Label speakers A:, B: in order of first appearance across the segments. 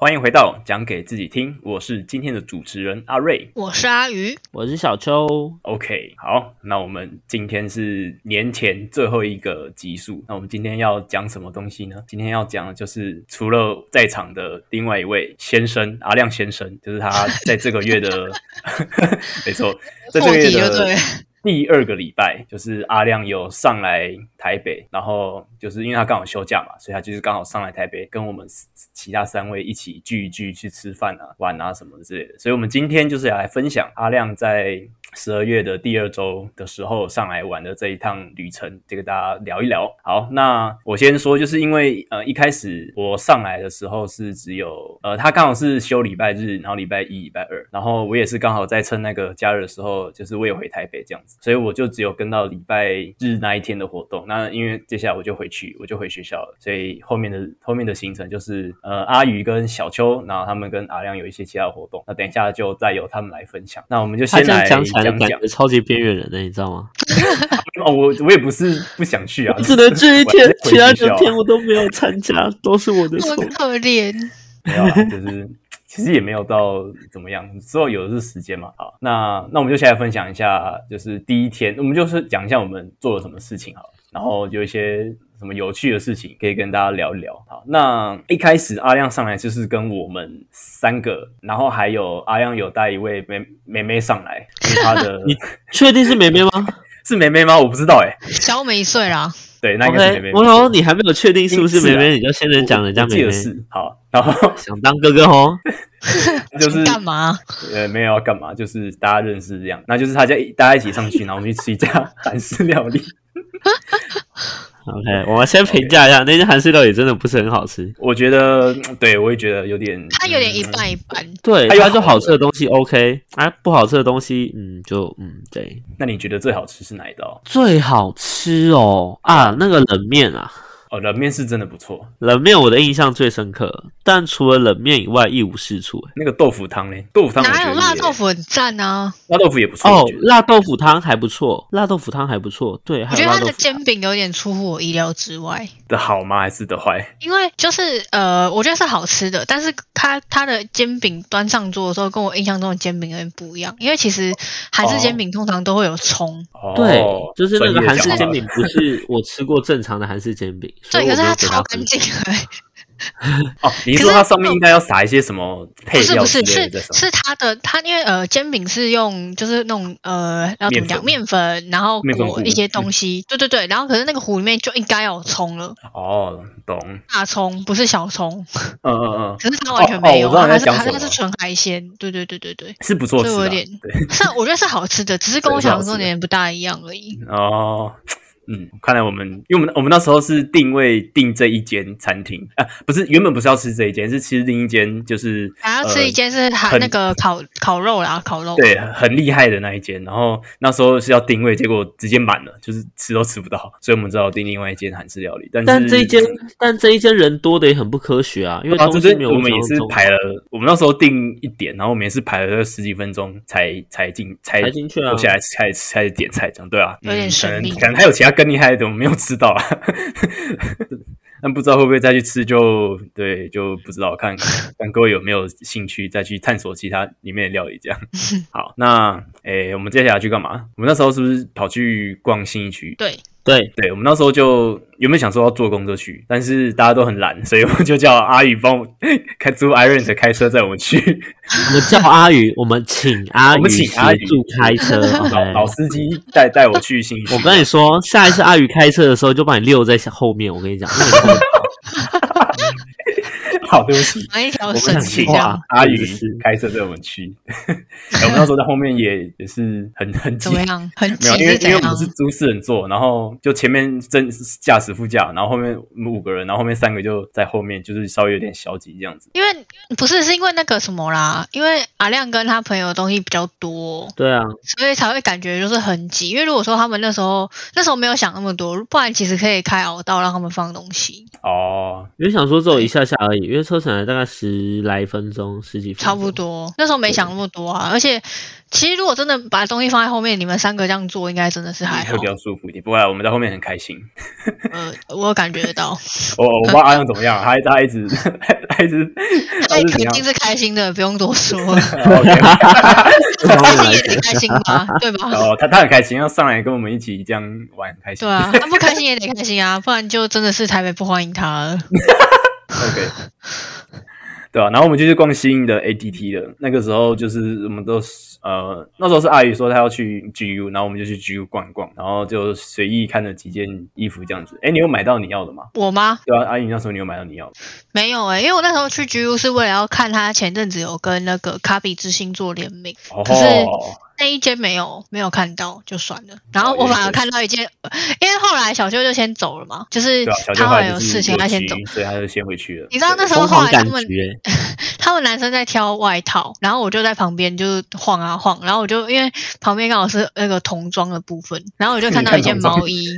A: 欢迎回到讲给自己听，我是今天的主持人阿瑞。
B: 我是阿鱼，
C: 我是小秋，
A: OK，好，那我们今天是年前最后一个集数，那我们今天要讲什么东西呢？今天要讲的就是除了在场的另外一位先生阿亮先生，就是他在这个月的， 没错， 在这个月
B: 破题就对
A: 的第二个礼拜，就是阿亮有上来台北，然后就是因为他刚好休假嘛，所以他就是刚好上来台北，跟我们其他三位一起聚一聚，去吃饭啊、玩啊什么之类的。所以，我们今天就是要来分享阿亮在十二月的第二周的时候上来玩的这一趟旅程，这个大家聊一聊。好，那我先说，就是因为呃一开始我上来的时候是只有呃他刚好是休礼拜日，然后礼拜一、礼拜二，然后我也是刚好在趁那个假日的时候，就是我也回台北这样子，所以我就只有跟到礼拜日那一天的活动。那因为接下来我就回去，我就回学校了，所以后面的后面的行程就是呃阿宇跟小秋，然后他们跟阿亮有一些其他的活动，那等一下就再由他们来分享。那我们就
C: 他
A: 先
C: 这样
A: 来
C: 讲起来的
A: 讲
C: 感
A: 讲
C: 觉。超级边缘人的，你知道吗？
A: 哦，我我也不是不想去啊，
C: 只能这一天，
A: 我
C: 其
A: 还
C: 他
A: 是回学校
C: 两
A: 啊
C: 天我都没有参加，都是我的
B: 我
C: 错。
B: 可怜。
A: 没有啦，就是其实也没有到怎么样，之后有的是时间嘛。好，那那我们就先来分享一下，就是第一天，我们就是讲一下我们做了什么事情好了，然后有一些什么有趣的事情可以跟大家聊一聊。好，那一开始阿亮上来就是跟我们三个，然后还有阿亮有带一位妹妹妹上来，因为她的
C: 你确定是梅梅吗
A: 是妹妹吗？我不知道哎、
B: 小美岁啦，
A: 对，那应该是妹妹
C: ？OK，。我想说你还没有确定是不是梅
A: 是啊
C: 梅，你就先人讲人家
A: 我
C: 梅
A: 记得
C: 梅，
A: 是好，然后
C: 想当哥哥哦。
A: 就是
B: 干嘛？
C: 嗯
A: 呃，没有要干嘛，就是大家认识这样，那就是大家大家一起上去，然后我们去吃一家 韩式料理。
C: OK，我们 先评价一下那间韩式料理真的不是很好吃。
A: 我觉得，嗯对我也觉得有点，
B: 他有点一
A: 嗯
B: 半一半。
C: 对，
A: 它有
C: 它就
A: 好
C: 好
A: 的
C: 吃的东西 OK，啊，不好吃的东西，嗯，就嗯，对。
A: 那你觉得最好吃是哪一道？
C: 最好吃哦啊，那个冷面啊，
A: 哦，冷面是真的不错，
C: 冷面我的印象最深刻，但除了冷面以外一无是处。欸
A: 那个豆腐汤呢？豆腐汤我觉
B: 哪
A: 得
B: 有辣
A: 也
B: 豆，腐很赞啊？
A: 辣豆腐也不错。
C: 哦
A: 我觉得，
C: 辣豆腐汤还不错，辣豆腐汤还不错，对，
B: 我
C: 还
B: 觉
C: 有
B: 得
C: 辣
B: 他
C: 豆
B: 的
C: 腐汤。
B: 煎饼有点出乎我意料之外，
A: 的好吗？还是的坏？
B: 因为就是呃，我觉得是好吃的，但是他他的煎饼端上桌的时候，跟我印象中的煎饼有点不一样。因为其实韩
C: 哦
B: 式煎饼通常都会有葱，
A: 哦，
C: 对，就是那
A: 专
C: 个
A: 业
C: 韩式
A: 讲法
C: 煎饼，不是我吃过正常的韩式煎饼，所
B: 对，
C: 以
B: 可
C: 我
B: 是
C: 没有
B: 它
C: 给
B: 超
C: 分
B: 干净的、
A: 哦，你是
B: 可
A: 说
B: 是
A: 它上面应该要撒一些什么配
B: 不是
A: 料
B: 不
A: 之
B: 是
A: 类的
B: 是
A: 在上
B: 是它的它因为呃煎饼是用就是那种呃要怎么讲
A: 面
B: 面粉，然后
A: 面粉
B: 裹
A: 糊嗯
B: 一些东西，对对对，然后可是那个糊里面就应该有葱了，
A: 面？哦，懂，
B: 大葱不是小葱，
A: 嗯嗯嗯，
B: 可是它完全没有，啊
A: 哦哦我知道你
B: 它
A: 在
B: 是
A: 讲
B: 它
A: 什
B: 是
A: 么
B: 它是纯海鲜，对对对对对，
A: 是不错吃
B: 所以我
A: 的
B: 有
A: 啊，
B: 点
A: 对。
B: 是我觉得是好吃的，只是跟我
A: 对是
B: 想
A: 好
B: 象
A: 吃
B: 中有
A: 的
B: 点不大一样而已。
A: 哦，嗯，看来我们，因为我们我们那时候是定位定这一间餐厅啊，不是原本不是要吃这一间，是吃另一间，就是
B: 然啊后吃一间是
A: 呃很
B: 韩那个烤烤肉啦，烤肉
A: 呃、对很厉害的那一间，然后那时候是要定位，结果直接满了，就是吃都吃不到，所以我们只好订另外一间韩式料理。但是
C: 但这一间，但这一间人多的也很不科学啊，因为
A: 嗯啊，
C: 东
A: 这
C: 西
A: 边
C: 没有
A: 我
C: 想
A: 们
C: 象
A: 也是
C: 中
A: 排了，我们那时候定一点，然后我们也是排了十几分钟才才进才
C: 才进去啊
A: 坐下来才才始点菜，这样对啊，
B: 有点
A: 嗯、可
B: 神秘
A: 能可能还有其他更厉害的，我们没有吃到啊。 但不知道会不会再去吃就，对就不知道，看看各位有没有兴趣再去探索其他里面的料理这 样。好，那诶、我们接下来去干嘛？我们那时候是不是跑去逛新一区？
B: 对，
C: 对，
A: 对，我们那时候就原本想说要坐公车去，但是大家都很懒，所以我就叫阿宇帮我开租 Iron 开车载我们去。
C: 我们叫阿宇，我们请阿
A: 我
C: 宇
A: 们请阿宇
C: 协助开车。
A: 老
C: OK
A: 老司机带带我去新义区
C: 哎我跟你说，下一次阿宇开车的时候，就把你溜在后面。我跟你讲，那 个人
A: 好，对 不起，
B: 买一条
C: 我
B: 绳
C: 们
B: 去
C: 想
B: 这
C: 哇
B: 样，，
A: 阿宇
C: 真的是
A: 开车载我们去。 哎我们那时候在后面也也是很很
B: 怎
A: 急
B: 么。样？很
A: 没
B: 挤
A: 有，因为
B: 是
A: 因
B: 怎
A: 为
B: 样
A: 我？们是租四人座，然后就前面真驾驶副驾，然后后面我们五个人，然后后面三个就在后面，就是稍微有点小挤这样子。
B: 因为不是是因为那个什么啦，因为阿亮跟他朋友的东西比较多，
C: 对啊，
B: 所以才会感觉就是很挤。因为如果说他们那时候那时候没有想那么多，不然其实可以开熬道让他们放东西。
A: 哦，
C: 因为想说只有一下下而已，因为为车程还大概十来分钟，十几分钟
B: 差不。多。那时候没想那么多啊，而且其实如果真的把东西放在后面，你们三个这样做，应该真的是还好
A: 会比。较舒服一点。不过我们在后面很开心。
B: 呃，我有感觉得 到，
A: 我哦我不知道阿亮怎么样，他他一直他一直
B: 他
A: 他是
B: 肯
A: 怎样
B: 定是开心的，不用多 说了。
A: ？OK，
C: 不方
B: 他
C: 便
B: 自己
C: 来
B: 也得开心 吧，对吧？
A: 哦，他他很开心，要上来跟我们一起这样玩，很开心。
B: 对啊，他不开心也得开心啊，不然就真的是台北不欢迎他了。
A: OK，对啊，然后我们就去逛新的 ATT 了。那个时候就是我们都是呃，那时候是阿宇说他要去 GU，然后我们就去 GU 逛一逛，然后就随意看了几件衣服这样子。哎，你有买到你要的吗？
B: 我吗？
A: 对啊，阿宇那时候你有买到你要的？
B: 没有哎、因为我那时候去 GU 是为了要看他前阵子有跟那个卡比之星做联名，
A: 哦
B: 可是那一间没有没有看到就算了。然后我
A: 哦
B: 反而看到一件，呃因为后来小舅就先走了嘛，就是
A: 对啊，小舅
B: 他
A: 后
B: 后来
A: 来就
B: 有
A: 是
B: 事情，他先
A: 急
B: 走。
A: 所以他就先回去了。
B: 你知道那时候
C: 疯
B: 后
C: 狂
B: 来他
C: 感
B: 们
C: 觉，
B: 他们男生在挑外套，然后我就在旁边就是晃啊晃，然后我就因为旁边刚好是那个童装的部分，然后我就看到 一件毛衣，
A: 对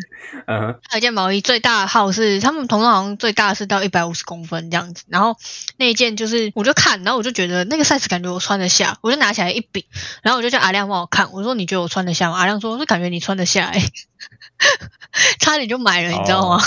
A: 嗯哼，
B: 还有一件毛衣最大的号是他们童装好像最大是到一百五十公分这样子，然后那一件就是我就看，然后我就觉得那个 size 感觉我穿得下，我就拿起来一比，然后我就叫阿亮帮我看，我说你觉得我穿得下吗？阿亮说就感觉你穿得下、欸，差点就买了，你知道吗？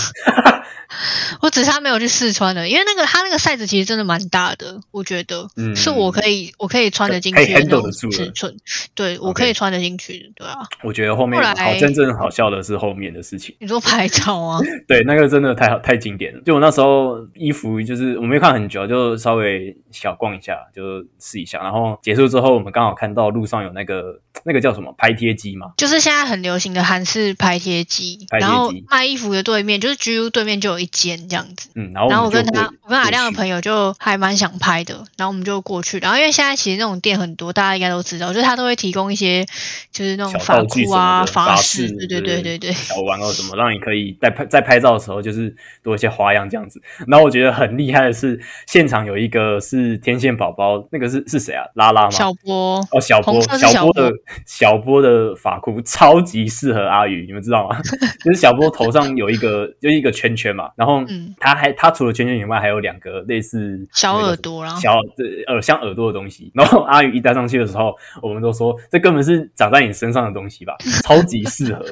B: 我只差没有去试穿了，因为那个它那个 size 其实真的蛮大的，我觉得，
A: 嗯
B: 是我可以我可以穿得进
A: 可以
B: 去的那
A: handle
B: 种
A: 得住了
B: 尺寸，对我
A: OK
B: 可以穿得进去的，对啊，
A: 我觉得后面
B: 后来
A: 好真正好笑的是后面的事情。
B: 你说拍照啊，
A: 对，那个真的太好太经典了。就我那时候衣服就是我没看很久，就稍微小逛一下，就试一下。然后结束之后，我们刚好看到路上有那个那个叫什么拍贴机嘛，
B: 就是现在很流行的韩式拍贴机，
A: 拍贴机
B: 然后卖衣服的对面就是 GU 对面就有一间这样子。
A: 嗯，然后
B: 然后
A: 我
B: 我
A: 们
B: 跟
A: 就
B: 他
A: 过，
B: 我跟阿亮的
A: 过去
B: 朋友就还蛮想拍的，然后我们就过去。然后因为现在其实那种店很多，大家应该都知道，就是他都会提供一些就是那种
A: 小
B: 发
A: 道具
B: 箍
A: 什么
B: 啊、
A: 的，法
B: 式，对
A: 对
B: 对对对对。
A: 小玩偶什么，让你可以在拍在拍照的时候就是多一些花样这样子。然后我觉得很厉害的是，现场有一个是天线宝宝，那个是是谁啊？拉拉吗？
B: 小波，
A: 哦，小波，
B: 红色是小
A: 波的小波的发箍超级适合阿宇，你们知道吗？就是小波头上有一个就是一个圈圈嘛，然后
B: 嗯
A: 他还他除了圈圈以外，还有两个类似
B: 小
A: 那个
B: 耳
A: 什么
B: 朵啦
A: 小对耳像耳朵的东西。然后阿宇一戴上去的时候，我们都说这根本是长在你身上的东西吧，超级 适合。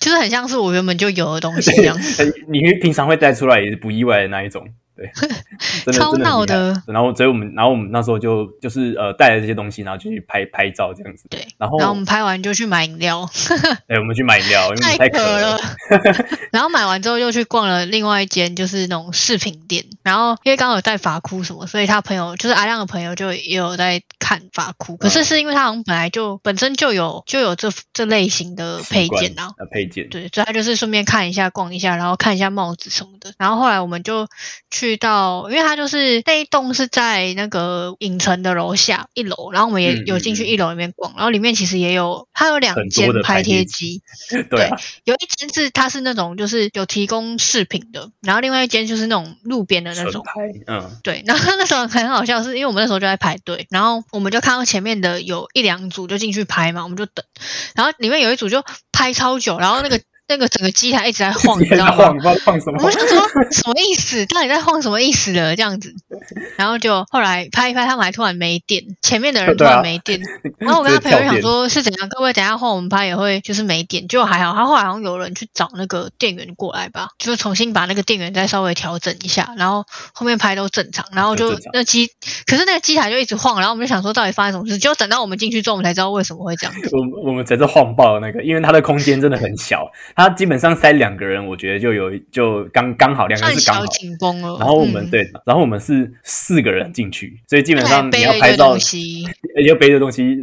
B: 就是很像是我原本就有的东西一样。
A: 你平常会带出来也是不意外的那一种。 对，真的
B: 超
A: 真的
B: 闹
A: 很厉害
B: 的。
A: 然后，所以我们，然后我们那时候就就是呃带了这些东西，然后就去拍拍照这样子。
B: 对，
A: 然后
B: 然后我们拍完就去买饮料，
A: 哎对，我们去买饮料，因为
B: 太
A: 渴
B: 渴 了。然后买完之后又去逛了另外一间就是那种饰品店，然后因为刚好有带发箍什么，所以他朋友就是阿亮的朋友就也有在看发箍，可是
A: 嗯
B: 是因为他好像本来就本身就有就有这这类型的配件啊。
A: 呃，配件，
B: 对，所以他就是顺便看一下、逛一下，然后看一下帽子什么的。然后后来我们就去到，因为他就是那一栋是在那个影城的楼下一楼，然后我们也
A: 嗯
B: 有进
A: 嗯
B: 去
A: 嗯
B: 一楼里面逛，然后里面其实也有，它有
A: 很
B: 两
A: 多
B: 间
A: 的拍
B: 拍
A: 贴
B: 贴
A: 机
B: 机，
A: 对啊，
B: 有一间是它是那种就是有提供饰品的，然后另外一间就是那种路边的那
A: 纯
B: 种。哦
A: 拍，嗯，
B: 对， 然后那时候很好笑，是因为我们那时候就在排队，然后我们就看到前面的有一两组就进去拍嘛，我们就等，然后里面有一组就拍超久，然后那个 那个整个机台一直在晃，你知道吗？
A: 晃晃晃什么
B: 我？们想说什么意思？到底在晃什么意思了？这样子，然后就后来拍一拍，他们还突然没电，前面的人突
A: 对啊
B: 然没 电，然后我跟他朋友就想说是怎样，各位等一下换我们拍也会就是没点，结果还好，他后来好像有人去找那个店员过来吧，就是重新把那个店员再稍微调整一下，然后后面拍都正常，然后
A: 就
B: 就
A: 正常
B: 那机，可是那个机台就一直晃，然后我们就想说到底发生什么事，结果等到我们进去之后，我们才知道为什么会这样子。
A: 我们我们才是晃爆那个，因为它的空间真的很小，它基本上塞两个人，我觉得就有就刚刚好，两个
B: 算
A: 人是刚
B: 小
A: 好。
B: 紧绷了，
A: 然后我们
B: 嗯、
A: 对，然后我们是四个人进去，所以基本
B: 他
A: 上
B: 还
A: 你
B: 背
A: 要
B: 了一
A: 拍
B: 堆
A: 照
B: 东， 西，
A: 要背的东西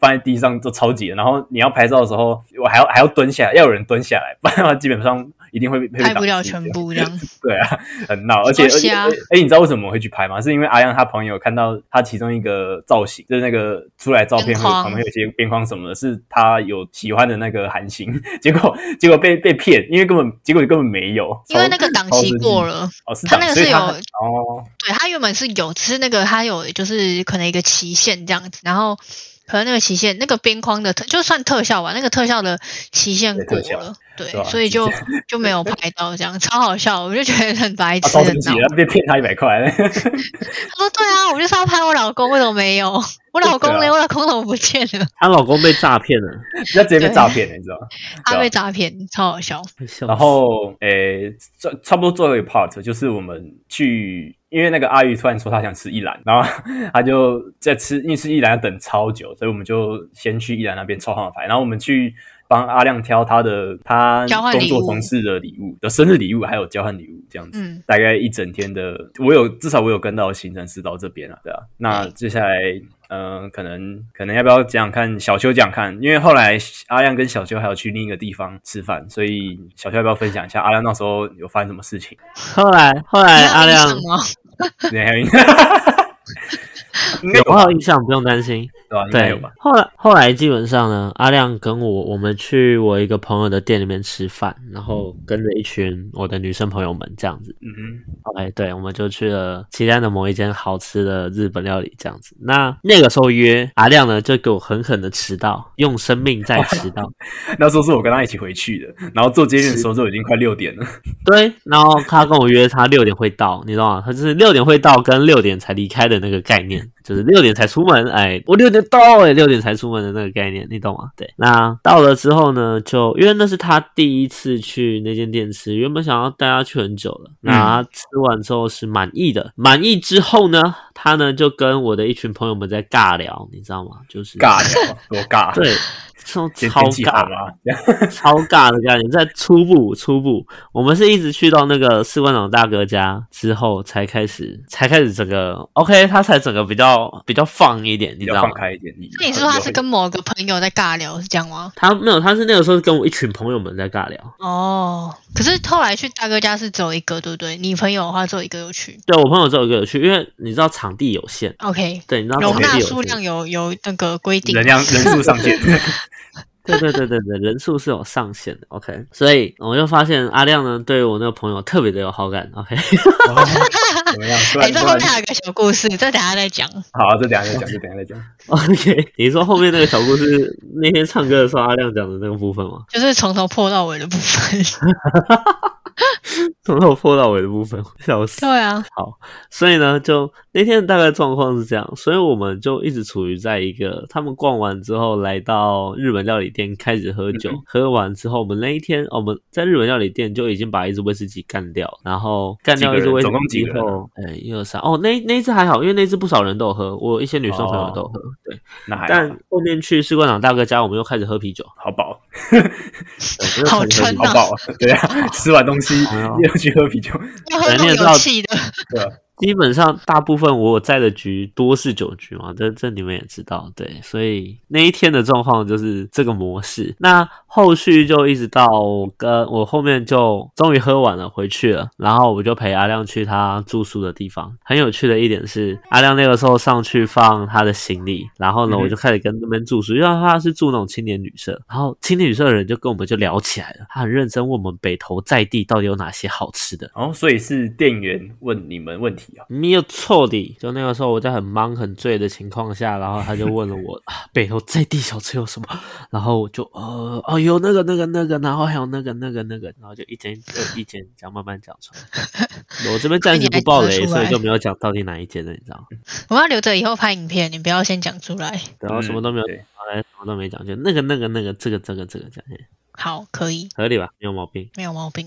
A: 放在地上都超级的。然后你要拍照的时候，我还要还要蹲下来，要有人蹲下来，不然的话基本上一定会被
B: 拍不了
A: 全
B: 全
A: 部。
B: 部这样。
A: 对啊， 很闹，而且而
B: 超
A: 且，
B: 瞎
A: 哎、你知道为什么我会去拍吗？是因为阿阳他朋友看到他其中一个造型，就是那个出来照片
B: 边
A: 会有
B: 框
A: 旁边有一些边框什么的，是他有喜欢的那个韩星， 结果结果被被骗，因为根本结果根本没有，
B: 因为那个档期过
A: 了，
B: 了，
A: 哦，是
B: 他
A: 档
B: 那个
A: 所以
B: 是
A: 他
B: 有
A: 哦，
B: 对，它原本是有，只是那个它有就是可能一个期限这样子，然后可能那个期限，那个边框的特就算特效吧，那个特效的期限
A: 对
B: 过
A: 特效
B: 了，对，
A: 对啊
B: 所以就就没 有拍到，这样超好笑，我就觉得很白
A: 他
B: 痴。
A: 超啊
B: 很
A: 生气
B: 恼
A: 了，被骗他一百块。
B: 他说：“对啊，我就是要拍我老公，为什么没有？我老公
A: 对
B: 嘞，
A: 啊
B: 我老公怎么不见 了？
C: 她老公被诈骗了，
A: 人家直接被诈骗了，你知道吗？
B: 他
A: 啊
B: 被诈骗，超好笑。
C: 快笑死
A: 然后，诶，差差不多最后一个 part 就是我们去，因为那个阿玉突然说她想吃一兰，然后 她就在吃，因为吃一兰要等超久，所以我们就先去一兰那边抽号码牌，然后我们去帮阿亮挑他的他
B: 交换
A: 工
B: 礼
A: 作
B: 物
A: 同事的礼物的生日礼物，还有交换礼物这样子。
B: 嗯，
A: 大概一整天的，我有至少我有跟到行程是到这边了，对啊。那
C: 哎
A: 接下来，嗯、可能可能要不要讲讲看小修讲看，因为后来阿亮跟小修还有去另一个地方吃饭，所以小修要不要分享一 下阿亮那时候有发生什么事情？
C: 后来后来哎阿
B: 你有印
C: 亮
B: 象吗？
A: 你还有 印应该
C: 有
A: 有
C: 我
A: 吧
C: 有印象，不用担心。
A: 对啊吧？应该
C: 啊对
A: 有吧？，
C: 后来后来基本上呢，阿亮跟我我们去我一个朋友的店里面吃饭，然后跟着一群我的女生朋友们这样子。
A: 嗯哼，
C: OK，对，我们就去了西单的某一间好吃的日本料理这样子。那那个时候约阿亮呢，就给我狠狠的迟到，用生命在迟到。
A: 那时候是我跟他一起回去的，然后坐捷运的时候就已经快六点
C: 嗯
A: 了。
C: 对，然后他跟我约他六点会到，你懂吗？他就是六点会到跟六点才离开的那个概念，就是六点才出门，哎，我六点到哎、六点才出门的那个概念，你懂吗？对，那到了之后呢，就因为那是他第一次去那间店吃，原本想要带他去很久了，那他吃完之后是满意的，满意之后呢，他呢就跟我的一群朋友们在尬聊，你知道吗？就是
A: 尬聊，多 尬，
C: 对，超
A: 天
C: 超
A: 天气好
C: 尬。
A: 啦，
C: 超尬的概念，在初步初步，我们是一直去到那个士官长大哥家之后，才开始才开始整个 OK，他才整个比较比较放一点，你知
A: 比较
C: 道吗
A: 放？开一点。你
B: 那你是说他是跟某个朋友在尬聊，是这样吗？
C: 他没有，他是那个时候跟我一群朋友们在尬聊，
B: 哦，可是后来去大哥家是只有一个，对不对？你朋友的话只有一个有去。
C: 对我朋友只有一个有趣，因为你知道场地有限，
B: OK，
C: 对，你知道
B: 容
C: 场
B: 纳
C: 地
B: 数
C: 有
B: 量
C: 限，
B: 有有那个规定
A: 人。量人数上限，
C: 对对对对对，人数是有上限的，OK，所以我就发现阿亮呢对我那个朋友特别的有好感，OK，
A: 哇怎么样？突
B: 哎，
A: 然
B: 这
A: 突
B: 后
A: 然
B: 面还有个小故事，这等一下再讲。
A: 好，这等一下再讲，这等一下再讲。
C: OK，你说后面那个小故事，那天唱歌的时候阿亮讲的那个部分吗？
B: 就是从头破到尾的部 分。
C: 从头破到尾的部分， 笑死。
B: 对啊，
C: 所以呢，就那天大概状况是这样，所以我们就一直处于在一个他们逛完之后来到日本料理店开始喝酒，
A: 嗯
C: 喝完之后我们那一天哦我们在日本料理店就已经把一只威士忌干掉，然后干掉一只威士
A: 几个人总共
C: 忌
A: 几
C: 之
A: 个人啊
C: 后，哎，一二三，哦，那那一只还好，因为那只不少人都有喝，我一些女生朋友都有喝，对，
A: 那哦还好
C: 但后面去士官长大哥家，我们又开始喝啤酒，
A: 好饱，
C: 对我们又开始喝
B: 好
C: 啤
B: 撑
C: 酒
B: 啊
A: 好饱， 对啊，吃完东西
B: 哦
C: 哎呦
A: 又去喝啤酒，
B: 要喝那
C: 你
B: 种
C: 也知道
B: 有气的。
A: 对啊，
C: 基本上大部分我在的局多是酒局嘛，这这你们也知道，对，所以那一天的状况就是这个模式。那后续就一直到我跟我后面就终于喝完了回去了，然后我就陪阿亮去他住宿的地方。很有趣的一点是，阿亮那个时候上去放他的行李，然后呢
A: 嗯哼
C: 我就开始跟那边住宿，因为他是住那种青年旅社，然后青年旅社的人就跟我们就聊起来了，他很认真问我们北投在地到底有哪些好吃的。
A: 然后哦所以是店员问你们问题啊，
C: 没有错的，就那个时候我在很忙很醉的情况下，然后他就问了我啊北投在地小吃有什么，然后我就呃哦有那个那个那个，然后还有那个那个那个，然后就一间一间这样慢慢讲出来。我这边暂时不爆雷，所以就没有讲到底哪一间的，你知道吗？
B: 我们要留着以后拍影片，你不要先讲出来。
C: 然后什么都没有
A: 嗯，对
C: 哎、什么都没讲，就那个那个那个这个这个这个讲，哎
B: 好，可以，
C: 合理吧？没有毛病。
B: 没有毛病。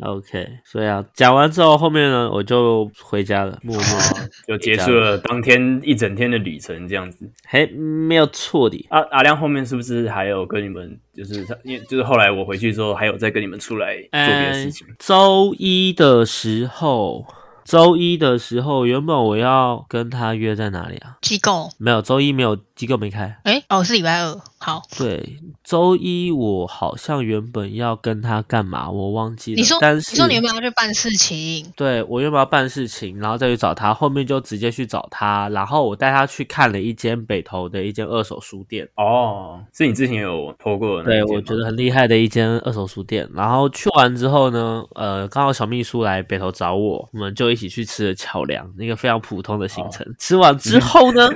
C: OK，所以啊，讲完之后，后面呢我就回家了，默默
A: 哦就结束了当天一整天的旅程这样子。啊
C: 嘿没有错的。
A: 阿阿亮后面是不是还有跟你们，就是他因为就是后来我回去之后还有再跟你们出来做别的事情
C: 呃，周一的时候，周一的时候，原本我要跟他约在哪里啊？
B: 机构，
C: 没有，周一没有机构没开。
B: 哎，哦，是礼拜二，好，
C: 对，周一我好像原本要跟他干嘛，我忘记了。
B: 你说
C: 但是
B: 你说你有没有要去办事情？
C: 对我原本要办事情，然后再去找他，后面就直接去找他，然后我带他去看了一间北投的一间二手书店，
A: 哦，是你之前有 PO 过的那
C: 对
A: 一间吗？
C: 我觉得很厉害的一间二手书店。然后去完之后呢，呃，刚好小秘书来北投找我，我们就一起去吃了巧粮，那个非常普通的行程。吃完之后呢，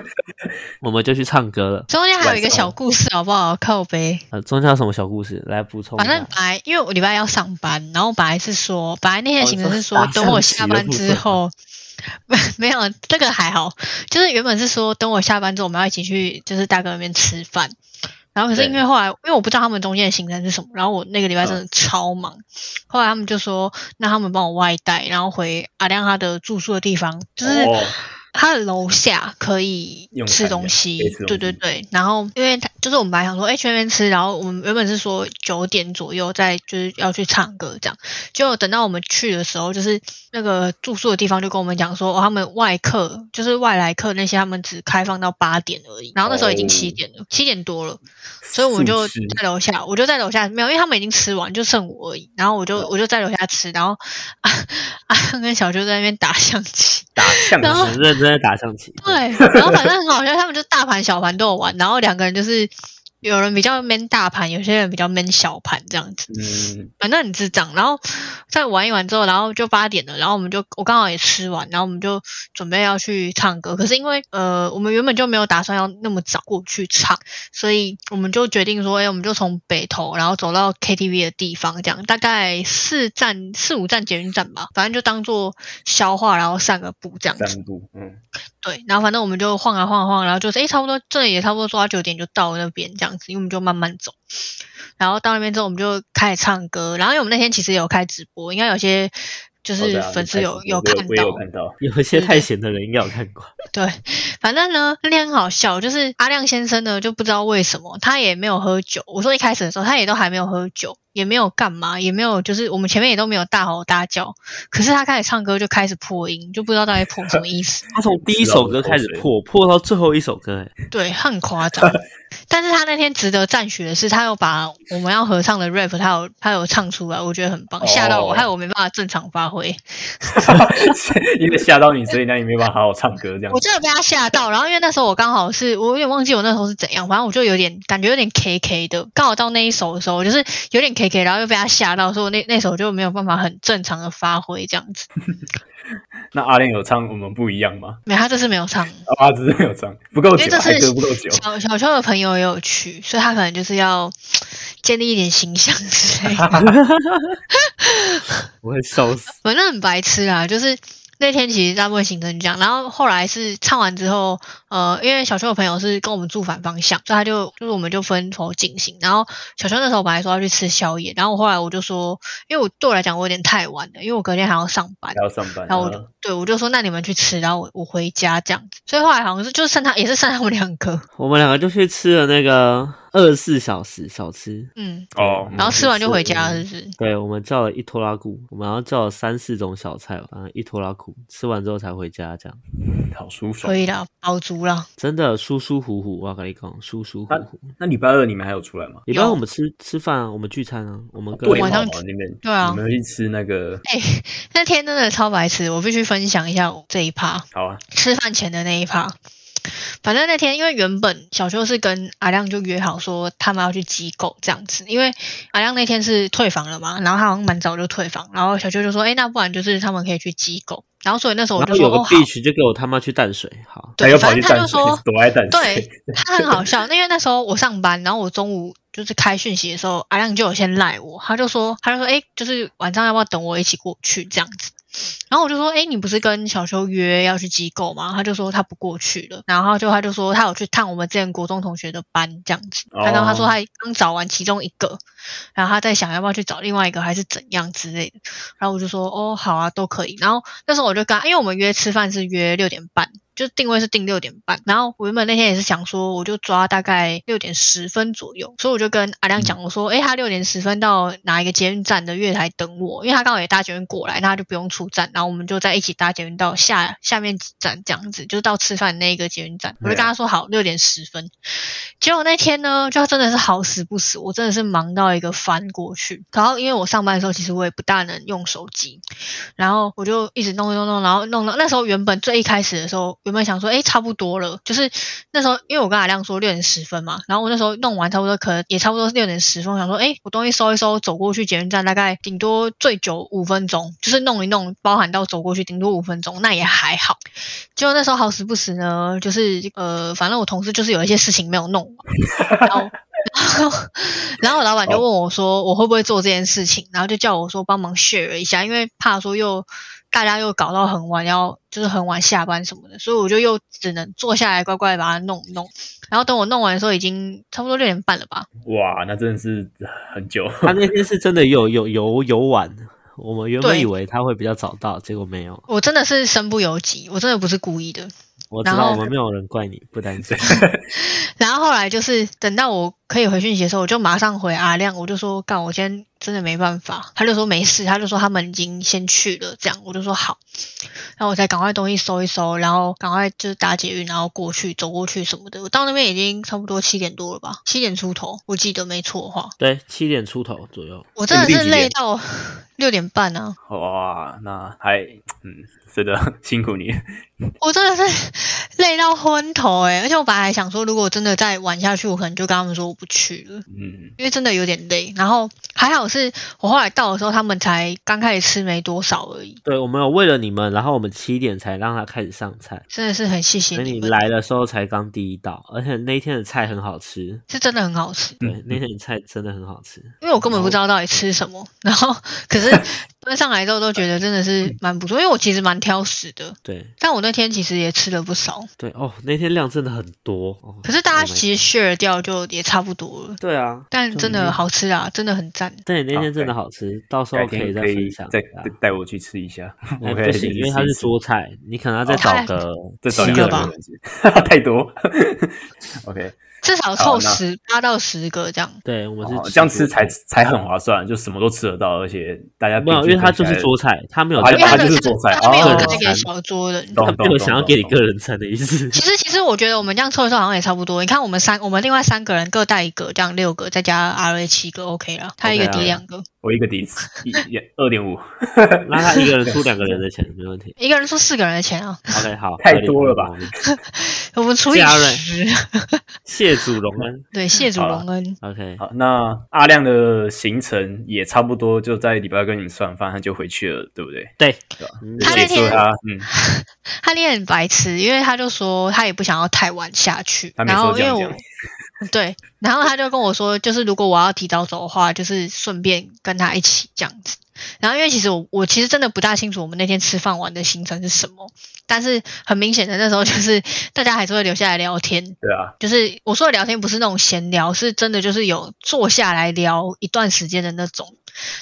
C: 我们就去唱歌了。
B: 中间还有一个小故事，好不好？靠背。
C: 呃，中间有什么小故事来补充一
B: 反
C: 下
B: 正？本来因为我礼拜要上班，然后本来是说，本来那天的行程是
C: 哦
B: 说
C: 你说
B: 等我下班之后， 没有这个还好，就是原本是说等我下班之后我们要一起去就是大哥那边吃饭，然后可是因为后来因为我不知道他们中间的行程是什么，然后我那个礼拜真的超忙，后来他们就说那他们帮我外带，然后回阿亮他的住宿的地方， 就是
A: 哦
B: 他的楼下可以
A: 用餐
B: 吃
A: 的
B: 东西
A: 可以吃，东
B: 对
A: 西
B: 对对。然后因为他就是我们本来想说，哎、去那边吃，然后我们原本是说九点左右再就是要去唱歌这样，结果等到我们去的时候，就是那个住宿的地方就跟我们讲说，哦，他们外客就是外来客那些，他们只开放到八点而已。然后那时候已经
A: 哦
B: 七点了，七、点多了。所以我就
A: 素食
B: 在楼下，我就在楼下没有，因为他们已经吃完，就剩我而已。然后我就我
A: 哦
B: 就在楼下吃，然后啊啊跟小秋在那边打象棋，
A: 打象
B: 然后
A: 棋
C: 很认真在打象棋，
B: 对，然后反正很好笑，他们就大盘小盘都有玩，然后两个人就是有人比较 man 大盘，有些人比较 man 小盘这样子，
A: 嗯，
B: 反正很智障。然后再玩一玩之后，然后就八点了，然后我们就我刚好也吃完，然后我们就准备要去唱歌，可是因为呃我们原本就没有打算要那么早过去唱，所以我们就决定说，哎、我们就从北投，然后走到 KTV 的地方，这样大概四站四五站捷运站吧，反正就当做消化，然后散个步这样子。
A: 三步，嗯，
B: 对，然后反正我们就晃啊晃啊晃，然后就是诶，差不多这里也差不多抓九点就到那边这样子，因为我们就慢慢走。然后到那边之后，我们就开始唱歌。然后因为我们那天其实有开直播，应该有些就
A: 哦对
B: 是
A: 啊
B: 粉丝
A: 你
B: 有、
A: 开始
B: 有
A: 我也
B: 看
A: 我也有
B: 到。
A: 看到，
C: 有一些太闲的人应该有看过。
B: 对，反正呢那天很好笑，就是阿亮先生呢就不知道为什么他也没有喝酒。我说一开始的时候他也都还没有喝酒，也没有干嘛，也没有就是我们前面也都没有大吼大叫，可是他开始唱歌就开始破音，就不知道到底破什么意思。
C: 他从第一首歌开始破，破到最后一首歌、哎，
B: 对，他很夸张。但是他那天值得赞许的是，他有把我们要合唱的 rap，他有他有唱出来，我觉得很棒，吓到我，
A: 哦
B: 害我没办法正常发挥。
A: 因为吓到你，所以那你没办法好好唱歌这样
B: 我。真的被他吓到，然后因为那时候我刚好是我有点忘记我那时候是怎样，反正我就有点感觉有点 K K 的，刚好到那一首的时候，我就是有点 K K，然后又被他吓到，所以我那那首就没有办法很正常的发挥这样子。
A: 那阿亮有唱《我们不一样》吗？
B: 没有，他这次没有唱。
A: 哦阿芝没有唱，不够
B: 因
A: 久
B: 为这，
A: 还
B: 是
A: 隔不够久。
B: 小小秋的朋友也有去，所以他可能就是要建立一点形象之类的。
C: 我会笑死。
B: 反正哦很白痴啊，就是那天其实大部分行程就这样，然后后来是唱完之后，呃，因为小秋的朋友是跟我们住反方向，所以他就就是我们就分头进行。然后小秋那时候本来说要去吃宵夜，然后我后来我就说，因为我对我来讲我有点太晚了，因为我隔天还要上班
A: 还。要上班，
B: 然后我就对我就说，那你们去吃，然后我我回家这样子。所以后来好像是就剩他也是剩他们两个，
C: 我们两个就去吃了那个二十四小时小吃，
B: 嗯，
A: 哦，
B: 然后吃完就回家
C: 嗯
B: 了，是不是？
C: 对我们叫了一拖拉骨，我们好像叫了三四种小菜吧，反正一拖拉骨吃完之后才回家，这样
A: 好舒爽
B: 可。以啦，饱足啦。
C: 真的舒舒服服。我跟你讲，舒舒服服。
A: 那礼拜二你们还有出来吗？
C: 礼拜五我们吃吃饭啊，我们聚餐啊，我们跟
A: 对嘛，
B: 晚上
A: 你们
B: 对啊
A: 你们去吃那个
B: 哎、那天真的超白痴，我必须分享一下我这一趴。
A: 好啊，
B: 吃饭前的那一趴。反正那天，因为原本小秋是跟阿亮就约好说他们要去机构这样子，因为阿亮那天是退房了嘛，然后他好像蛮早就退房，然后小秋就说，哎、那不然就是他们可以去机构，然后所以那时候我
C: 然
B: 就
C: 后
B: 说，
C: 有个
B: 哦好，
C: beach 就给我他妈去淡水，好，
A: 他
B: 对，
A: 又跑
B: 反
A: 去
B: 正他就
A: 淡水
B: 说，，
A: 躲在淡水
B: 对。他很好笑，那因为那时候我上班，然后我中午就是开讯息的时候，阿亮就有先赖我，他就说，他就说，哎、就是晚上要不要等我一起过去这样子。然后我就说，哎、你不是跟小修约要去机构吗？他就说他不过去了，然后就他就说他有去探我们之前国中同学的班这样子，
A: 哦
B: 他刚他说他刚找完其中一个，然后他在想要不要去找另外一个还是怎样之类的。然后我就说，哦，好啊，都可以。然后那时候我就跟他，因为我们约吃饭是约六点半，就定位是定六点半。然后我原本那天也是想说，我就抓大概六点十分左右，所以我就跟阿亮讲，我说，诶、他六点十分到哪一个捷运站的月台等我，因为他刚好也搭捷运过来，那他就不用出站，然后我们就在一起搭捷运到下下面几站这样子，就是到吃饭那一个捷运站。我就跟他说好，六点十分。结果那天呢，就真的是好死不死，我真的是忙到一个翻过去。然后因为我上班的时候，其实我也不大能用手机，然后我就一直弄一弄弄，然后弄到那时候原本最一开始的时候，原本想说，哎，差不多了，就是那时候因为我跟阿亮说六点十分嘛，然后我那时候弄完差不多，可能也差不多是六点十分，我想说，哎，我东西收一收，走过去捷运站大概顶多最久五分钟，就是弄一弄，包含到走过去顶多五分钟，那也还好。结果那时候好死不死呢，就是呃，反正我同事就是有一些事情没有弄完，然后。然后， 然后我老板就问我说，我会不会做这件事情，然后就叫我说帮忙 share 一下，因为怕说又大家又搞到很晚，要就是很晚下班什么的，所以我就又只能坐下来乖乖把它弄一弄。然后等我弄完的时候，已经差不多六点半了吧，
A: 哇，那真的是很久。
C: 他那天是真的有有有有晚，我们原本
B: 对
C: 以为他会比较早到，结果没有。
B: 我真的是身不由己，我真的不是故意的。
C: 我知
B: 然
C: 道
B: 后
C: 我们没有人怪你，不担 心。
B: 然后后来就是等到我可以回讯息的时候，我就马上回阿亮，我就说干，我今天真的没办法。他就说没事，他就说他们已经先去了，这样我就说好，然后我才赶快东西收一收，然后赶快就是打捷运，然后过去走过去什么的。我到那边已经差不多七点多了吧，七点出头，我记得没错的话，
C: 对，七点出头左右。
B: 我真的
C: 你们定
B: 是
C: 几点
B: 累到六点半啊，
A: 哇，那还嗯，真的辛苦你。
B: 我真的是 累到昏头诶、而且我本来还想说，如果我真的再晚下去，我可能就跟他们说我不去了。
A: 嗯，
B: 因为真的有点累，然后还好是我后来到的时候，他们才刚开始吃没多少而已，
C: 对，我们有为了你们，然后我们七点才让他开始上菜，
B: 真的是很谢谢
C: 所以
B: 你
C: 你
B: 们，
C: 来的时候才刚第一道，而且那一天的菜很好吃。
B: 是真的很好吃，
C: 对，那天的菜真的很好吃。
B: 因为我根本不知道到底吃什么，然后可是端上来之后都觉得真的是蛮不错，因为我其实蛮挑食的，
C: 对
B: 但我那天其实也吃了不少，
C: 对哦，那天量真的很多。哦
B: 可是大
C: Oh
B: 家
C: my
B: 其实 share 掉就也差不多了，
C: 对啊，
B: 但真的好吃啊，真的很赞，
C: 对，那
A: 好
C: 天真的
A: 改
C: 好吃，到时
A: 改
C: 候可以
A: 天
C: 再
A: 可以
C: 分享。
A: 再
C: 啊
A: 带带我去吃一下。 我
C: 哎
A: 可以
C: 不
A: 再
C: 行，
A: 去
C: 因为
A: 吃
C: 它
A: 一
C: 是
A: 次
C: 桌菜，你可能
A: 哦
C: 要再
B: 好
C: 找
B: 看
C: 个
A: 这少
C: 七
A: 量
C: 个
B: 个吧
C: 吧。
A: 太多。OK，
B: 至少凑
A: 好那
B: 十八到十个这样，
C: 对，我们是
A: 哦这样
C: 桌
A: 吃才才很划算，就什么都吃得到，而且大家
C: 没有，因
A: 平均
C: 为它
A: 分
C: 就
A: 起
C: 是
A: 来
C: 桌菜，它没有
A: 哦它
C: 在
B: 因为
C: 办
B: 他
A: 它就是做菜
B: 他没有
C: 哦
B: 开给
A: 懂
B: 小桌的，
A: 懂
C: 他
A: 懂
C: 没有
A: 懂
C: 想要
A: 懂
C: 给你
A: 懂
C: 个人餐的意 思。
B: 其实，其实我觉得我们这样凑一凑好像也差不多。你看，我们三，我们另外三个人各带一个，这样六个，再加 R A 七个，OK 了。他一个
C: OK 啊
B: 抵两个，
A: 我一个底子一一二点五，
C: 那他一个人出两个人的钱没问题。
B: 一个人出四个人的钱啊。
C: OK，好，
A: 太
C: 合理
A: 多了吧？
C: 合理
B: 我们除以
C: 加人
B: 十，
C: 谢主隆恩。
B: 对，谢主
A: 好了
B: 隆恩。
C: OK，
A: 好，那阿亮的行程也差不多，就在礼拜二跟你们吃完饭，他就回去了，对不对？
C: 对
A: 对啊吧，
C: 嗯
B: 他那
A: 结束
B: 天
A: 他，嗯，
B: 他也很白痴，因为他就说他也不想要太晚下去，
A: 他每
B: 然
A: 次都
B: 后因
A: 这
B: 为
A: 样
B: 我
A: 讲。
B: 对，然后他就跟我说，就是如果我要提早走的话，就是顺便跟他一起这样子。然后因为其实我我其实真的不大清楚我们那天吃饭玩的行程是什么，但是很明显的那时候就是大家还是会留下来聊天，
A: 对啊，
B: 就是我说的聊天不是那种闲聊，是真的就是有坐下来聊一段时间的那种。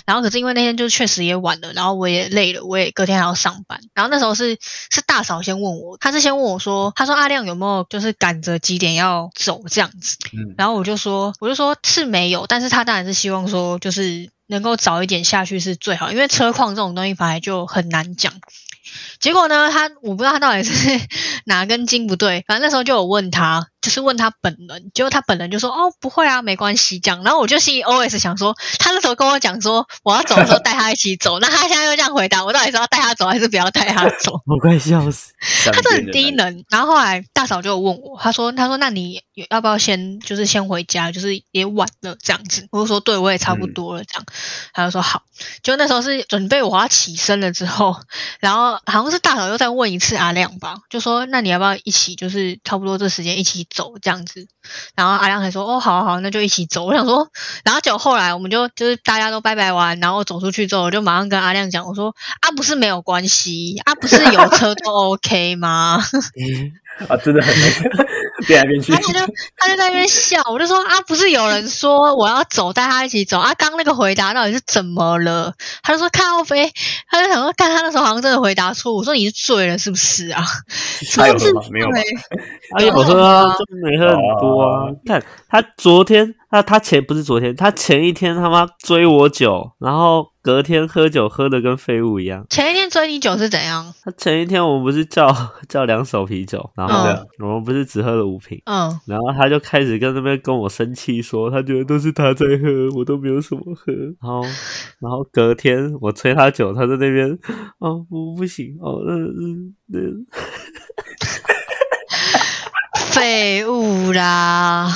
B: 然后可是因为那天就确实也晚了，然后我也累了，我也隔天还要上班。然后那时候是是大嫂先问我，她是先问我说，她说阿亮有没有就是赶着几点要走这样子，
A: 嗯
B: 然后我就说我就说是没有，但是他当然是希望说就是能够早一点下去是最好，因为车况这种东西本来就很难讲。结果呢，他我不知道他到底是 哪根筋不对，反正那时候就有问他，就是问他本人，结果他本人就说哦不会啊，没关系这样。然后我就心里 OS 想说，他那时候跟我讲说我要走的时候带他一起走，那他现在又这样回答，我到底是要带他走还是不要带他 走？
C: 我快笑死。
A: 他
B: 他真的很低能。然后后来大嫂就有问我，她说：“她说那你要不要先就是先回家，就是也晚了这样子。”我就说：“对，我也差不多了这样。她就说：“好。”就那时候是准备我要起身了之后，然后好像是大嫂又再问一次阿亮吧，就说：“那你要不要一起就是差不多这时间一起走这样子？”然后阿亮还说：“哦，好啊好啊，那就一起走。”我想说，然后就后来我们就就是大家都拜拜完，然后走出去之后，我就马上跟阿亮讲，我说：“啊，不是没有关系，啊，不是有车都 OK 哦吗？”
A: 啊，真的很那个 变来变去
B: 然。后他就他就在那边笑，我就说啊，不是有人说我要走，带他一起走啊？刚那个回答到底是怎么了？他就说靠飞，他就想说，看他那时候好像真的回答错，我说你是醉了是不是啊？
A: 他有
B: 真
A: 喝
B: 的
A: 吗
B: 是？
A: 没有吧
B: 醉？
C: 啊，有喝啊，就没喝很多啊。看他昨天，他他前不是昨天，他前一天他妈追我酒，然后隔天喝酒喝的跟废物一样。
B: 前一天追你酒是怎样？
C: 他前一天我们不是叫 叫两手啤酒，然后
A: 嗯
C: 我们不是只喝了五瓶。
B: 嗯，
C: 然后他就开始跟那边跟我生气说，他觉得都是他在喝，我都没有什么喝。然后，然后隔天我催他酒，他在那边 哦不不行哦嗯嗯嗯，
B: 废物 啦！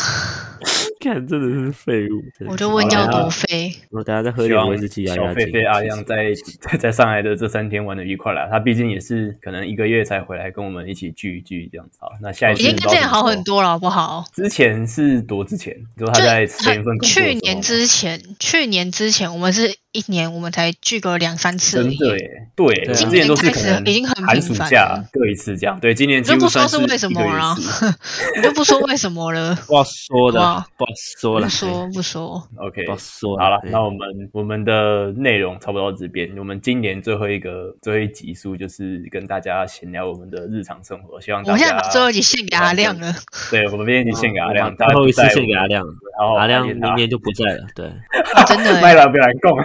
C: 看真的是废物。真的
B: 我
C: 是
B: 就问
A: 好
B: 要
A: 啦
B: 多飞，
C: 我等下再喝
A: 希
C: 点
A: 望
C: 威士忌啊压
A: 小
C: 压
A: 狒
C: 惊。
A: 狒阿亮在在在上海的这三天玩的愉快啦，他毕竟也是可能一个月才回来跟我们一起聚一聚这样子。好，那下一次
B: 已经跟之前好很
A: 多。
B: 多了，好不好？
A: 之前是多之前，就是他
B: 就
A: 在前一份工作的时候
B: 去年之前，去年之前我们是一年我们才聚个两三次而
A: 真
B: 已。
A: 的耶，对，我
C: 今
A: 们
C: 年
A: 之前都是可
B: 开
A: 能
B: 始已经很
A: 寒暑
B: 频繁
A: 假
B: 了
A: 各一次这样，对，今年
B: 你
A: 几
B: 就
A: 乎
B: 不说
A: 算
B: 是
A: 一
B: 为什么啊
A: 个月
B: 了
A: 一次，
B: 你就不说为什么了，
C: 不好说的，
B: 哇
C: 不好说
B: 不
C: 了，
B: 说不说。
A: OK，
C: 不好说的。
A: 好了，
C: 哎
A: 那我们我们的内容差不多到这边。我们今年最后一个最后一集数就是跟大家闲聊我们的日常生活，希望
B: 我
A: 大
B: 们现
A: 家
B: 在把最后一集献给阿亮了，
A: 对我们今天已经献给阿亮，
C: 最啊后一次献给阿亮，
A: 然后
C: 阿亮明年就不在了。对，
B: 真 的
A: 卖
B: 欸。
A: 了不要来 供。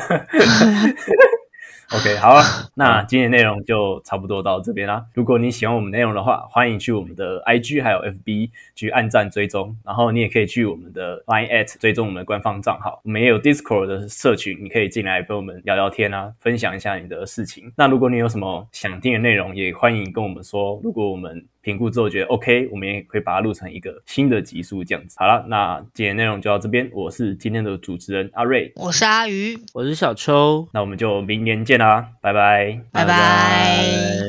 A: OK，好、啊，那今天内容就差不多到这边啦。如果你喜欢我们内容的话，欢迎去我们的 IG 还有 FB 去按赞追踪，然后你也可以去我们的 Line at 追踪我们的官方账号。我们也有 Discord 的社群，你可以进来跟我们聊聊天啊，分享一下你的事情。那如果你有什么想听的内容，也欢迎跟我们说。如果我们评估之后觉得 OK，我们也可以把它录成一个新的集数这样子。好了，那今天内容就到这边，我是今天的主持人阿瑞，
B: 我是阿鱼，
C: 我是小秋，
A: 那我们就明年见啦，拜拜。
B: 拜
C: 拜
B: 拜。